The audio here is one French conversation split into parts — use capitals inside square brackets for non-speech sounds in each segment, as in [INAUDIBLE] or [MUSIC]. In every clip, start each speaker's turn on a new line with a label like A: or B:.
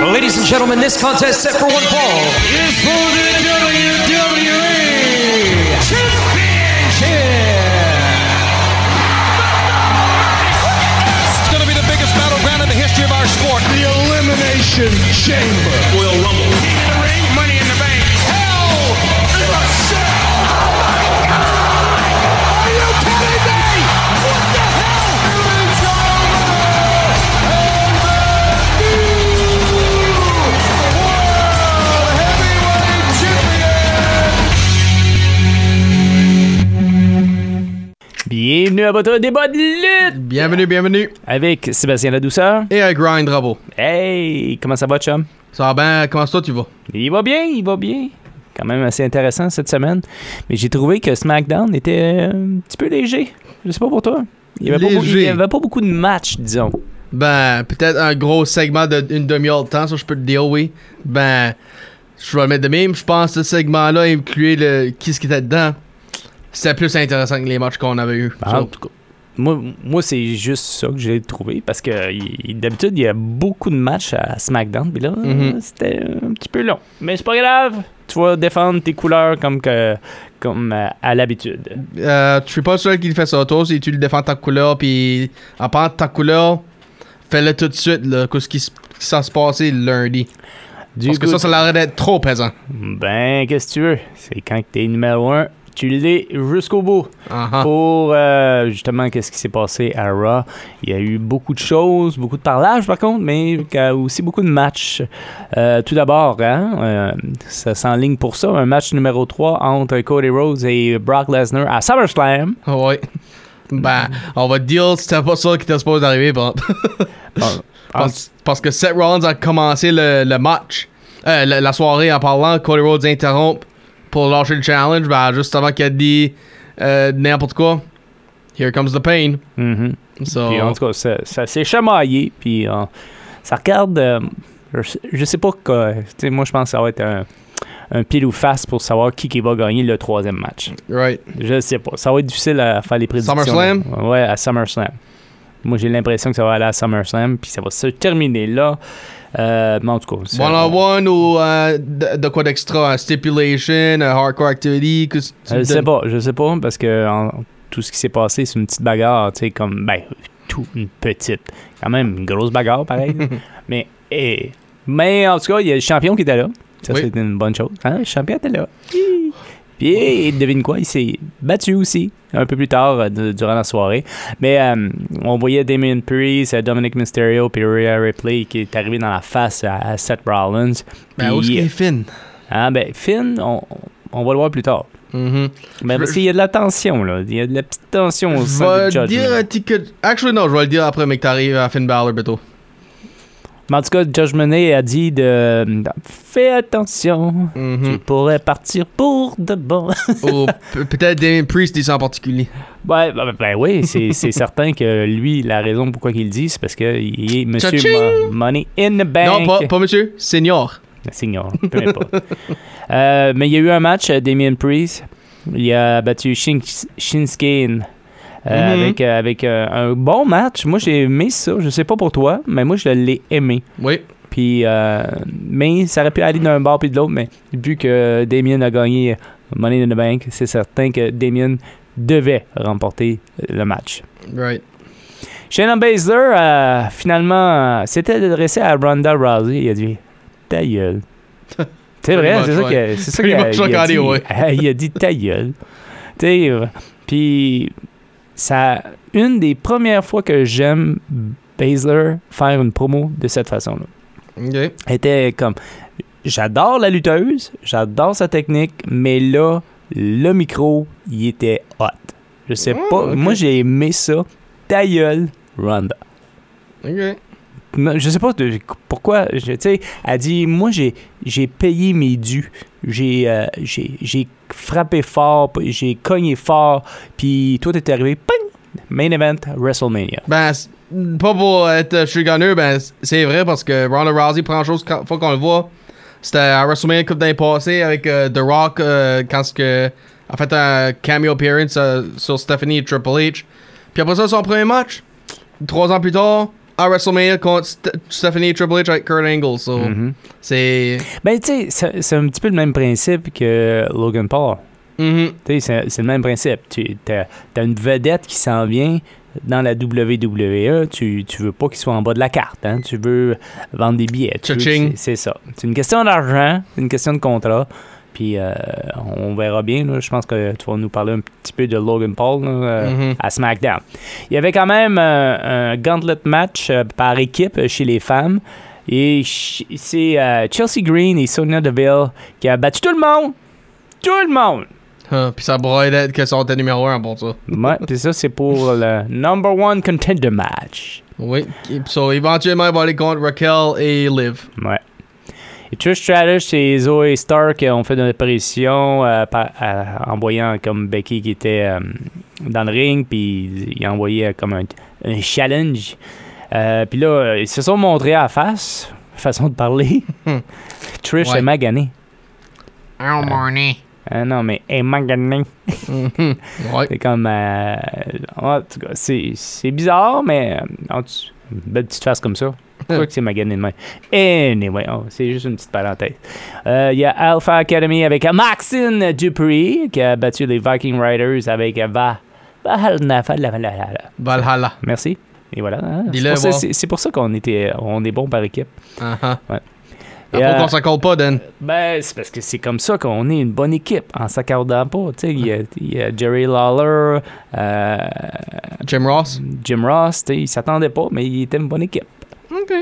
A: Ladies and gentlemen, this contest set for one fall is for the WWE Championship.
B: It's going to be the biggest battleground in the history of our sport.
C: The Elimination Chamber.
D: Royal Rumble.
E: King of the Ring, Money in the Bank.
B: Hell in a Cell.
F: Oh my God!
B: Are you kidding me? What the hell?
F: It's over. And
G: Bienvenue à votre débat de lutte!
H: Bienvenue, bienvenue!
G: Avec Sébastien La Douceur.
H: Et à Grind Rabo.
G: Hey! Comment ça va, chum?
H: Ça va bien, comment ça tu vas?
G: Il va bien, il va bien. Quand même assez intéressant cette semaine. Mais j'ai trouvé que SmackDown était un petit peu léger. Je sais pas pour toi. Il y avait,
H: Léger.
G: Pas, beaucoup, il y avait pas beaucoup de matchs, disons.
H: Ben, peut-être un gros segment d'une demi-heure de temps, ça je peux te dire oui. Ben, je vais le mettre de même. Je pense que ce segment-là incluait le, qui ce qui était dedans. C'était plus intéressant que les matchs qu'on avait eu.
G: Ah. Moi, moi c'est juste ça que j'ai trouvé parce que il- il- d'habitude, il y a beaucoup de matchs à SmackDown. Mais là,
H: Mhm.
G: c'était un petit peu long. Mais c'est pas grave. Tu vas défendre tes couleurs comme, que, comme euh, à l'habitude.
H: Euh, je suis pas sûr qu'il fait ça autour si tu le défends ta couleur, puis en parlant de ta couleur, fais-le tout de suite, là, qu'est-ce qui s- qui s'en se passait lundi.
G: Du
H: Parce que
G: coup,
H: ça, ça l'arrête d'être trop pesant.
G: Ben, qu'est-ce que tu veux? C'est quand que t'es numéro un, tu l'es jusqu'au bout.
H: Ah, ah.
G: Pour euh, justement, qu'est-ce qui s'est passé à Raw? Il y a eu beaucoup de choses, beaucoup de parlages par contre, mais qu'a- aussi beaucoup de matchs. Euh, tout d'abord, hein, euh, ça s'enligne pour ça, un match numéro 3 entre Cody Rhodes et Brock Lesnar à SummerSlam.
H: Ah ouais. Ben, on va te dire, c'était pas ça qui était supposé arriver, par-
G: Bon,
H: Parce, parce que Seth Rollins a commencé le, le match, euh, la, la soirée en parlant. Cody Rhodes interrompt pour lâcher le challenge. Ben, juste avant qu'il a dit euh, n'importe quoi. Here comes the pain.
G: mhm.
H: So,
G: Puis en tout cas, ça, ça s'est chamaillé. Puis euh, ça regarde. euh, je, je sais pas. quoi. Tu sais, moi, je pense que ça va être un, un pile ou face pour savoir qui, qui va gagner le troisième match.
H: right.
G: Je sais pas. Ça va être difficile à faire les prédictions.
H: SummerSlam?
G: Ouais, à SummerSlam. Moi, j'ai l'impression que ça va aller à SummerSlam. Puis ça va se terminer là. Euh, mais en tout cas. c'est-
H: One on one ou euh, de, de quoi d'extra un Stipulation, un hardcore activity que tu- tu
G: Je sais
H: donnes-
G: pas, je sais pas, parce que en- tout ce qui s'est passé, c'est une petite bagarre, tu sais, comme, ben, tout, une petite. Quand même, une grosse bagarre, pareil. mais, eh, mais en tout cas, il y a le champion qui était là. Ça,
H: Oui.
G: c'était une bonne chose. Hein, Le champion était là. Hi. Puis, eh, devine quoi, il s'est battu aussi, un peu plus tard, euh, de- durant la soirée. Mais euh, on voyait Damien Priest, euh, Dominic Mysterio, puis Rhea Ripley qui est arrivé dans la face à, à Seth Rollins.
H: [LAUGHS] Ben, où est-ce
G: Puis, euh,
H: qu'il est fin?
G: ah, ben, Finn, on- on va le voir plus tard.
H: Mhm.
G: Ben,
H: Je-
G: parce qu'il y a de la tension, là. Il y a de la petite tension au
H: Je
G: sein
H: vais
G: du Judgment.
H: le dire un ticket. Actually, non, je vais le dire après, mais que t'arrives à Finn Balor bientôt.
G: Mais en tout cas, Judgment Day a dit de... de- Fais attention, tu
H: Mhm.
G: pourrais partir pour de bon.
H: ou pe- peut-être Damien Priest dit ça en particulier.
G: ouais, ben, ben oui, c'est [LAUGHS] c'est certain que lui, la raison pourquoi il le dit, c'est parce qu'il est Monsieur
H: Cha-ching!
G: Mo- Money in the Bank.
H: Non, pas, pas monsieur, senior.
G: Signor, peu importe. [LAUGHS] Euh, mais il y a eu un match, euh, Damien Priest. Il a battu Shin- Shinsuke euh,
H: Mhm.
G: avec, euh, avec euh, un bon match. Moi, j'ai aimé ça. Je sais pas pour toi, mais moi, je l'ai aimé.
H: Oui.
G: Puis, euh, mais ça aurait pu aller d'un bord puis de l'autre, mais vu que Damien a gagné Money in the Bank, c'est certain que Damien devait remporter le match.
H: Right.
G: Shannon Baszler, euh, finalement, euh, s'était adressé à Ronda Rousey. Il a dit Ta gueule. c'est vrai,
H: Pretty
G: c'est
H: much,
G: ça que- c'est ça qu'il
H: Pretty
G: a,
H: much
G: il a
H: like I
G: dit. Ah, [LAUGHS]
H: did, ouais.
G: il a dit Ta gueule. Tu sais, euh, puis, ça, une des premières fois que j'aime Baszler faire une promo de cette façon-là
H: Ok.
G: était comme j'adore la lutteuse, j'adore sa technique, mais là le micro, il était hot. Je sais
H: Mm,
G: pas,
H: ok.
G: moi j'ai aimé ça. Ta gueule, Ronda.
H: Ok.
G: Non, Je sais pas de- pourquoi, je- tu sais, elle dit moi j'ai j'ai payé mes dus. J'ai euh, j'ai j'ai frappé fort, puis j'ai cogné fort, puis toi t'es arrivé ping, main event WrestleMania.
H: Ben, c'est- pas pour être chiganeux, ben, c'est vrai parce que Ronda Rousey prend chose quand, fois qu'on le voit. C'était à WrestleMania Coupe d'année passée avec euh, The Rock euh, quand ce que a fait un cameo appearance euh, sur Stephanie et Triple H. Puis après ça, son premier match, trois ans plus tard, à WrestleMania contre St- Stephanie Triple H avec Kurt Angle. So,
G: Mhm.
H: c'est.
G: Ben, tu sais, c'est- c'est un petit peu le même principe que Logan Paul.
H: Mhm.
G: Tu sais, c'est c'est le même principe. Tu as, une vedette qui s'en vient dans la WWE. Tu, tu veux pas qu'il soit en bas de la carte. hein. Tu veux vendre des billets. Tu veux que-
H: Cha-ching.
G: C'est ça. C'est une question d'argent, c'est une question de contrat. Puis euh, on verra bien. là. Je pense que tu vas nous parler un petit peu de Logan Paul là, euh,
H: Mhm.
G: à SmackDown. Il y avait quand même euh, un gauntlet match euh, par équipe euh, chez les femmes. Et ch- c'est euh, Chelsea Green et Sonia Deville qui a battu tout le monde. Tout le monde.
H: Ah, Puis ça broye d'être que ça était numéro 1 pour ça.
G: Ouais, puis ça, c'est pour le number one contender match.
H: Oui. Et- So, éventuellement, il va aller contre Raquel et Liv.
G: Ouais. Et Trish Stratus et Zoe Stark euh, ont fait une apparition euh, par- à- en voyant comme Becky qui était euh, dans le ring, puis ils envoyaient comme un, un challenge. Euh, puis là, euh, ils se sont montrés à la face, [LAUGHS] façon de parler.
H: Hmm.
G: Trish
H: Ouais.
G: est maganée.
E: Oh, morning.
G: Ah non, mais elle est maganée.
H: Mhm. ouais.
G: C'est comme. euh, en tout cas, c'est, c'est bizarre, mais. euh, en dessous, une belle petite face comme ça.
H: Ah.
G: Pourquoi que c'est magané de main? Anyway, oh, c'est juste une petite parenthèse. Euh, Il y a Alpha Academy avec euh, Maxine Dupree qui a battu les Viking Riders avec euh, Va. Valnafalavalara. [LAUGHS]
H: Valhalla.
G: Merci. Et voilà. hein. C'est
H: Dis-le,
G: pour, ça,
H: voir.
G: c'est- c'est pour ça qu'on était, on est bon par équipe.
H: Ah
G: Ouais.
H: ah.
G: Et,
H: Pourquoi
G: euh,
H: on s'en colle pas, Dan?
G: Ben, c'est parce que c'est comme ça qu'on est une bonne équipe en s'accordant pas. Tu sais, il y a- il y, a Jerry Lawler, euh,
H: Jim Ross?
G: Jim Ross, tu sais, il s'attendait pas, mais il était une bonne équipe.
H: Ok.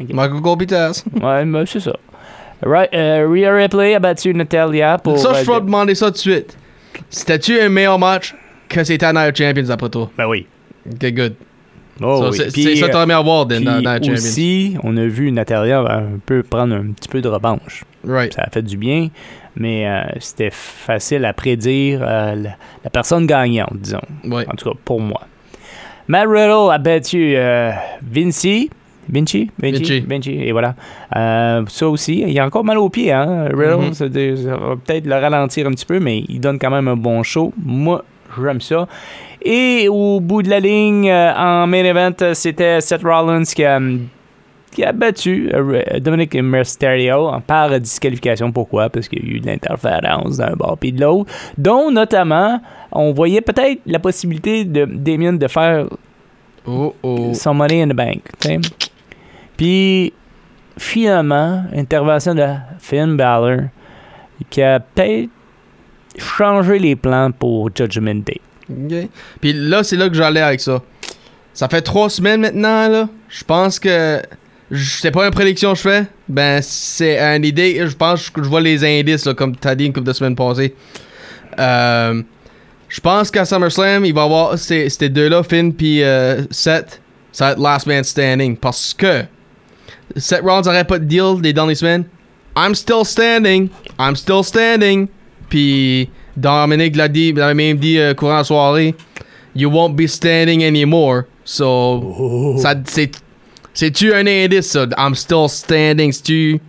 G: Ok.
H: Michael Golpitas.
G: Ouais, mais c'est ça. Right, euh, Rhea Ripley a battu Natalia pour.
H: ça,
G: euh,
H: je peux
G: de-
H: demander ça tout de suite. C'était-tu un meilleur match que c'était à Night Champions après toi?
G: Ben oui.
H: Okay, good.
G: Oh,
H: So,
G: oui.
H: c'est-
G: Puis,
H: C'est ça que t'aurais aimé avoir, Dan,
G: puis
H: dans Night Champions.
G: aussi, on a vu Natalia ben, un peu prendre un petit peu de revanche.
H: Right.
G: Ça a fait du bien, mais euh, c'était facile à prédire euh, la, la personne gagnante, disons.
H: Ouais.
G: En tout cas, pour moi. Matt Riddle a battu euh, Vinci. Vinci? Vinci.
H: Vinci.
G: Vinci, et voilà. Euh, ça aussi, il a encore mal aux pieds, hein? Riddle,
H: Mhm.
G: ça dé- ça va peut-être le ralentir un petit peu, mais il donne quand même un bon show. Moi, j'aime ça. Et au bout de la ligne, euh, en main event, euh, c'était Seth Rollins qui a, qui a battu euh, Re- Dominic Mysterio par disqualification. Pourquoi? Parce qu'il y a eu de l'interférence d'un bord puis de l'autre. Dont, notamment, on voyait peut-être la possibilité de Damien de faire
H: Oh, oh.
G: son money in the bank. tu sais. Puis, finalement, intervention de Finn Balor qui a peut-être changé les plans pour Judgment Day.
H: Ok. Puis là, c'est là que j'allais avec ça. Ça fait trois semaines maintenant, là. Je pense que. je- C'est pas une prédiction que je fais. Ben, c'est une idée. Je pense que je vois les indices, là, comme t'as dit une couple de semaines passées. Euh, je pense qu'à SummerSlam, il va y avoir ces, ces deux-là, Finn puis euh, Seth. Ça va être Last Man Standing. Parce que. Seth Rollins n'aurait pas de deal des dernières semaines. I'm still standing. I'm still standing. Puis Dominic l'a dit, l'avait même dit euh, courant la soirée. You won't be standing anymore. So, ça, c'est, c'est-tu un indice, ça? I'm still standing, c'est-tu.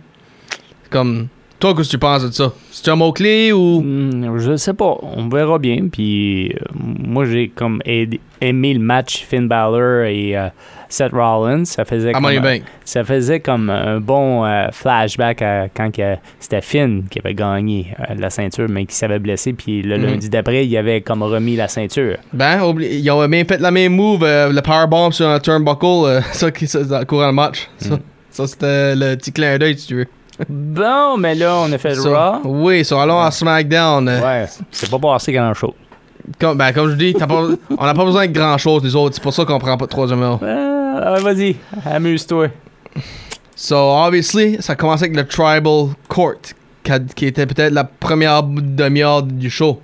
H: Comme. Toi, qu'est-ce que tu penses de ça? C'est-tu un mot-clé ou.
G: Hmm, Je sais pas, on verra bien. Puis euh, moi j'ai comme aidé- aimé le match Finn Balor et euh, Seth Rollins. Ça faisait
H: I'm
G: comme,
H: money
G: euh,
H: bank.
G: ça faisait comme un bon euh, flashback à quand que c'était Finn qui avait gagné euh, la ceinture mais qui s'avait blessé. Puis le
H: Mhm.
G: lundi d'après il avait comme remis la ceinture.
H: Ben, oublie- ils ont même fait la même move, euh, le powerbomb sur un turnbuckle, euh, [LAUGHS] ça, qui, ça, dans le courant de match. Ça, ça, c'était le petit clin d'œil, si tu veux.
G: Bon mais là on a fait le
H: Ça-
G: Raw.
H: oui, sur allons à SmackDown. euh,
G: Ouais, c'est pas passé grand chose.
H: Comme, ben, comme je dis,
G: [LAUGHS]
H: t'as pas- on n'a pas besoin de grand chose, nous autres. C'est pour ça qu'on prend pas de troisième round.
G: vas-y, amuse-toi.
H: So, obviously, ça commence avec le Tribal Court, qui a- qui était peut-être la première demi-heure du show.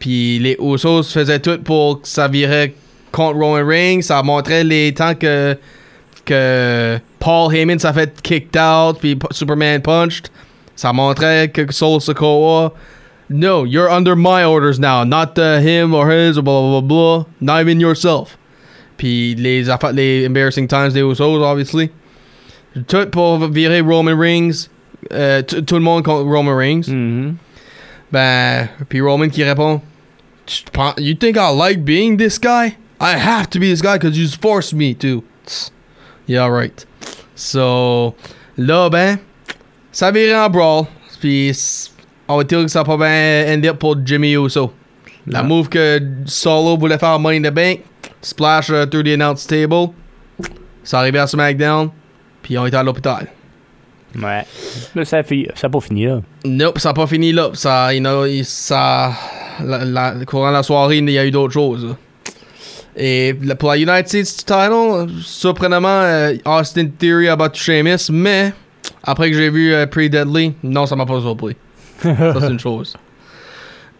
H: Puis les Usos faisaient tout pour que ça virait contre Roman Reigns. Ça montrait les temps que, que Paul Heyman s'est fait kicked out, puis P- Superman punched. Ça montrait que Soul Sokoa. No, you're under my orders now, not uh, him or his or blah blah blah blah. Not even yourself. Puis les affa- les embarrassing times des Usos, obviously. Tout pour virer Roman Reigns. Euh, tout tout le monde contre Roman Reigns.
G: Mhm.
H: Ben, puis Roman qui répond Tu pen- You think I like being this guy? I have to be this guy because you forced me to. Tss. Yeah, right. So, là, ben, ça virait en brawl. Puis, s- on va dire que ça a pas bien end up pour Jimmy Uso. La
G: Ouais.
H: move que Solo voulait faire à Money in the Bank, splash euh, through the announce table. Ça arrivait à SmackDown, puis on était à l'hôpital.
G: Ouais. Mais ça fi- ça a pas fini, là.
H: Nope, ça n'a pas fini là. Ça, you know, il- ça, la, la- courant la soirée, il y a eu d'autres choses. là. Et la- pour la United States title, surprenamment, euh, Austin Theory a battu Sheamus, mais après que j'ai vu euh, Pretty Deadly, non, ça m'a pas surpris. ça, c'est une chose.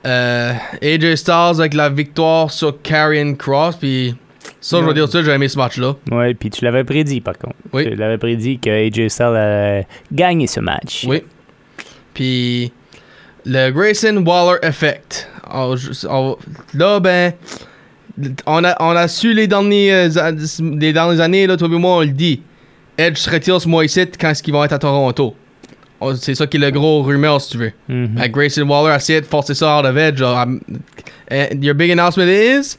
H: Euh, AJ Styles avec la victoire sur Karrion Cross, puis ça, je vais dire ça, j'ai aimé ce match-là.
G: Ouais, puis tu l'avais prédit, par contre.
H: Oui.
G: Tu l'avais prédit que AJ Styles allait gagner ce match.
H: Oui. Puis le Grayson Waller effect. On- je- on- là, ben, on a, on a su les derniers, euh, a- les dernières années, là, toi et moi, on le dit. Edge se retire ce mois-ci quand est-ce qu'ils vont être à Toronto. On- C'est ça qui est le gros rumeur, si tu veux.
G: Mhm.
H: Like, Grayson Waller a essayé de forcer ça out of Edge. genre, I'm- and your big announcement is.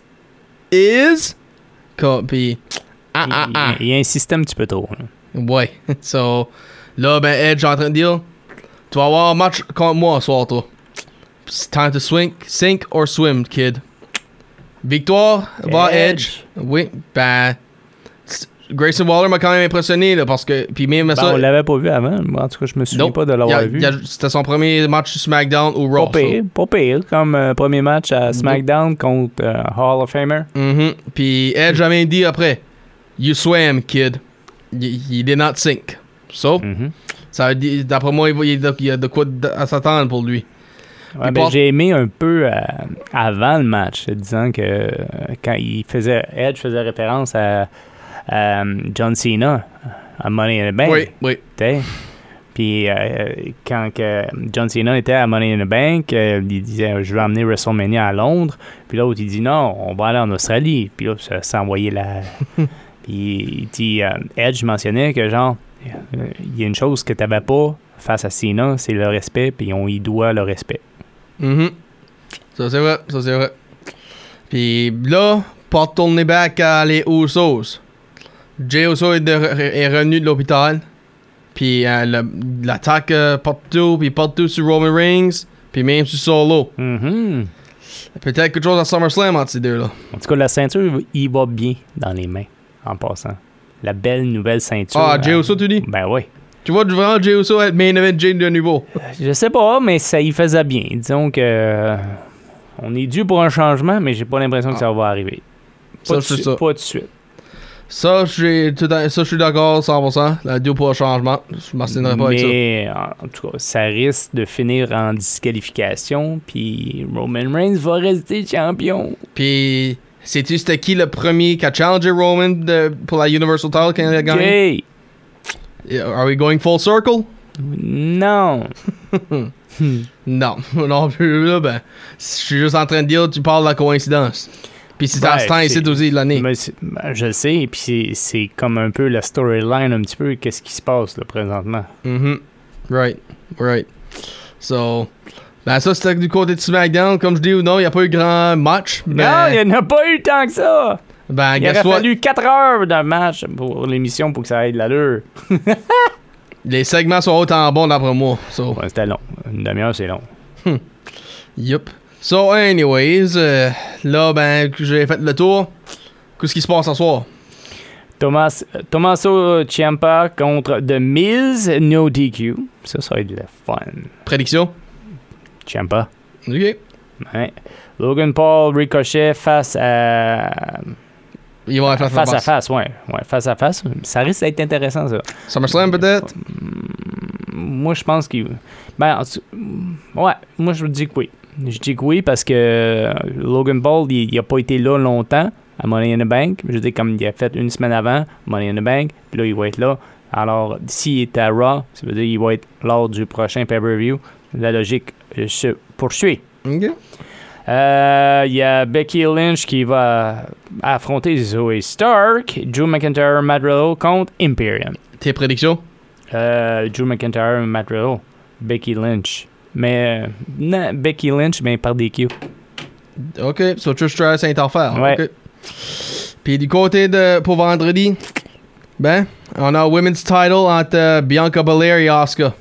H: Is. Co- Puis. Ah, ah,
G: Il-
H: ah.
G: Il, il y a un système un petit peu trop. là.
H: Ouais. So, là, ben, Edge est en train de dire Tu vas avoir un match contre moi ce soir, toi. It's time to swing, sink or swim, kid. Victoire va Edge.
G: Edge.
H: Oui, ben. c- Grayson Waller m'a quand même impressionné, là, parce que. Puis même
G: Ben,
H: ça.
G: on l'avait pas vu avant. Moi, en tout cas, je me souviens
H: Nope.
G: pas de
H: Il
G: l'avoir
H: a-
G: vu.
H: il a- C'était son premier match sur SmackDown ou Raw.
G: Pas pire, pas pire, comme euh, premier match à SmackDown contre euh, Hall of Famer.
H: ça. Mhm. Puis Edge a même dit après You swam, kid. You, you did not sink. So,
G: Mhm.
H: ça veut dire- d'après moi, il va- il y a de- il y a de quoi d- à s'attendre pour lui.
G: Ouais,
H: Il
G: ben,
H: part-
G: J'ai aimé un peu euh, avant le match, disant que euh, quand il faisait Edge faisait référence à, à euh, John Cena à Money in the Bank.
H: Oui, oui.
G: t'sais. Puis euh, quand que John Cena était à Money in the Bank, euh, il disait je vais amener WrestleMania à Londres. Puis l'autre il dit non, on va aller en Australie. Puis là ça s'est envoyé la.
H: [LAUGHS]
G: Puis il dit euh, Edge mentionnait que genre euh, il y a une chose que t'avais pas face à Cena, c'est le respect. Puis on y doit le respect.
H: Mhm. Ça, c'est vrai. Ça, c'est vrai. Puis là, pour tourner back à les Usos. Jay Uso est, de- est revenu de l'hôpital. Puis euh, le- l'attaque euh, partout, puis partout sur Roman Reigns, puis même sur Solo.
G: Mhm.
H: Peut-être quelque chose à SummerSlam entre ces deux-là.
G: En tout cas, la ceinture, il va bien dans les mains, en passant. La belle nouvelle ceinture.
H: Ah, Jey
G: euh,
H: Uso, tu dis?
G: Ben oui.
H: Tu vois vraiment Jey Uso être main event Jay de nouveau.
G: Je sais pas, mais ça y faisait bien. Disons que. euh, On est dû pour un changement, mais j'ai pas l'impression que ça va arriver.
H: Ah. Ça,
G: Pas
H: c'est
G: de
H: ça.
G: suite. Pas de suite.
H: Ça, j'ai tout à- ça, je suis d'accord 100%. La duo pour un changement. Je m'assinerai pas avec ça.
G: Mais en en tout cas, ça risque de finir en disqualification, puis Roman Reigns va rester champion.
H: Puis, sais-tu c'était qui le premier qui a challengé Roman de- pour la Universal Title quand il a gagné?
G: Jay!
H: Are we going full circle?
G: Non!
H: Non, [LAUGHS] non plus là, ben, je suis juste en train de dire, tu parles de la coïncidence. Puis c'est à
G: Ouais,
H: ce temps ici
G: Ben, c'est-
H: aussi de l'année.
G: Mais c'est- ben, je le sais, puis c'est- c'est comme un peu la storyline, un petit peu, qu'est-ce qui se passe là, présentement.
H: Mhm. Right, right. So, ben ça c'était du côté de SmackDown, comme je dis ou non, il n'y a pas eu grand match.
G: Non,
H: Ben,
G: il n'y en a pas eu tant que ça!
H: ben
G: Il aurait
H: guess what?
G: fallu 4 heures d'un match pour l'émission pour que ça aille de l'allure.
H: Les segments sont autant bons d'après moi. So,
G: Ouais, C'était long. Une demi-heure, c'est long.
H: Yup. So, anyways, euh, là, ben, j'ai fait le tour. Qu'est-ce qui se passe ce soir?
G: Thomas, Tommaso Ciampa contre The Miz, no DQ. Ça, ça va être le fun.
H: Prédiction?
G: Ciampa.
H: Ok.
G: Ouais. Logan Paul, Ricochet face à.
H: Ils vont faire
G: Face à face, ouais. ouais. Face à face. Ça risque d'être intéressant, ça.
H: SummerSlam peut-être?
G: Mm, Moi, je pense qu'il. Ben, en tout- ouais, moi, je dis que oui. Je dis que oui parce que euh, Logan Paul, il n'a pas été là longtemps à Money in the Bank. Je dis comme il a fait une semaine avant Money in the Bank, puis là, il va être là. Alors, s'il est à Raw, ça veut dire qu'il va être lors du prochain pay-per-view. La logique euh, se poursuit.
H: Ok.
G: Euh, Il y a Becky Lynch qui va affronter Zoe Stark, Drew McIntyre, Matt Riddle contre Imperium.
H: Tes prédictions?
G: Euh, Drew McIntyre, Matt Riddle, Becky Lynch. Mais euh, non, Becky Lynch, mais par DQ.
H: Ok. So, Trish Stratus est en faire.
G: Ouais.
H: Ok. Puis du côté de... Pour vendredi, Ben, on a Women's Title entre euh, Bianca Belair et Asuka.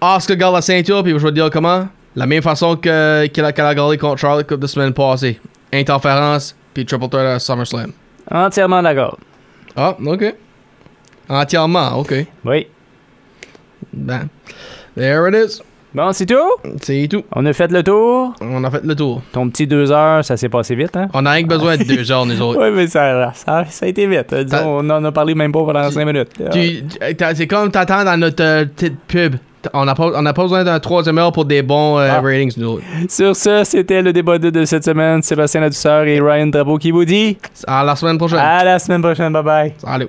H: Asuka garde la ceinture, puis je vais te dire comment. La même façon que- qu'elle a, qu'elle a gardé contre Charlotte Coupe de semaine passée. Interférence, puis triple threat à SummerSlam.
G: Entièrement d'accord.
H: Ah, ok. Entièrement, ok.
G: Oui.
H: Ben, there it is.
G: Bon, c'est tout?
H: C'est tout.
G: On a fait le tour.
H: On a fait le tour.
G: Ton petit deux heures, ça s'est passé vite, hein?
H: On a rien que besoin de deux heures, nous autres.
G: Oui, mais ça, ça, ça a été vite. Euh, disons,
H: Ça-
G: on en a parlé même pas pendant cinq minutes. Euh,
H: Tu- tu- t'as- C'est comme t'attends dans notre euh, petite pub. T- On n'a pas, on a pas besoin d'un troisième heure pour des bons euh,
G: Ah.
H: ratings, nous autres.
G: Sur ce, c'était le débat de, de cette semaine. Sébastien Ladusseur et Ryan Drapeau qui vous dit
H: À la semaine prochaine.
G: Ah. à la semaine prochaine. Bye bye.
H: Salut.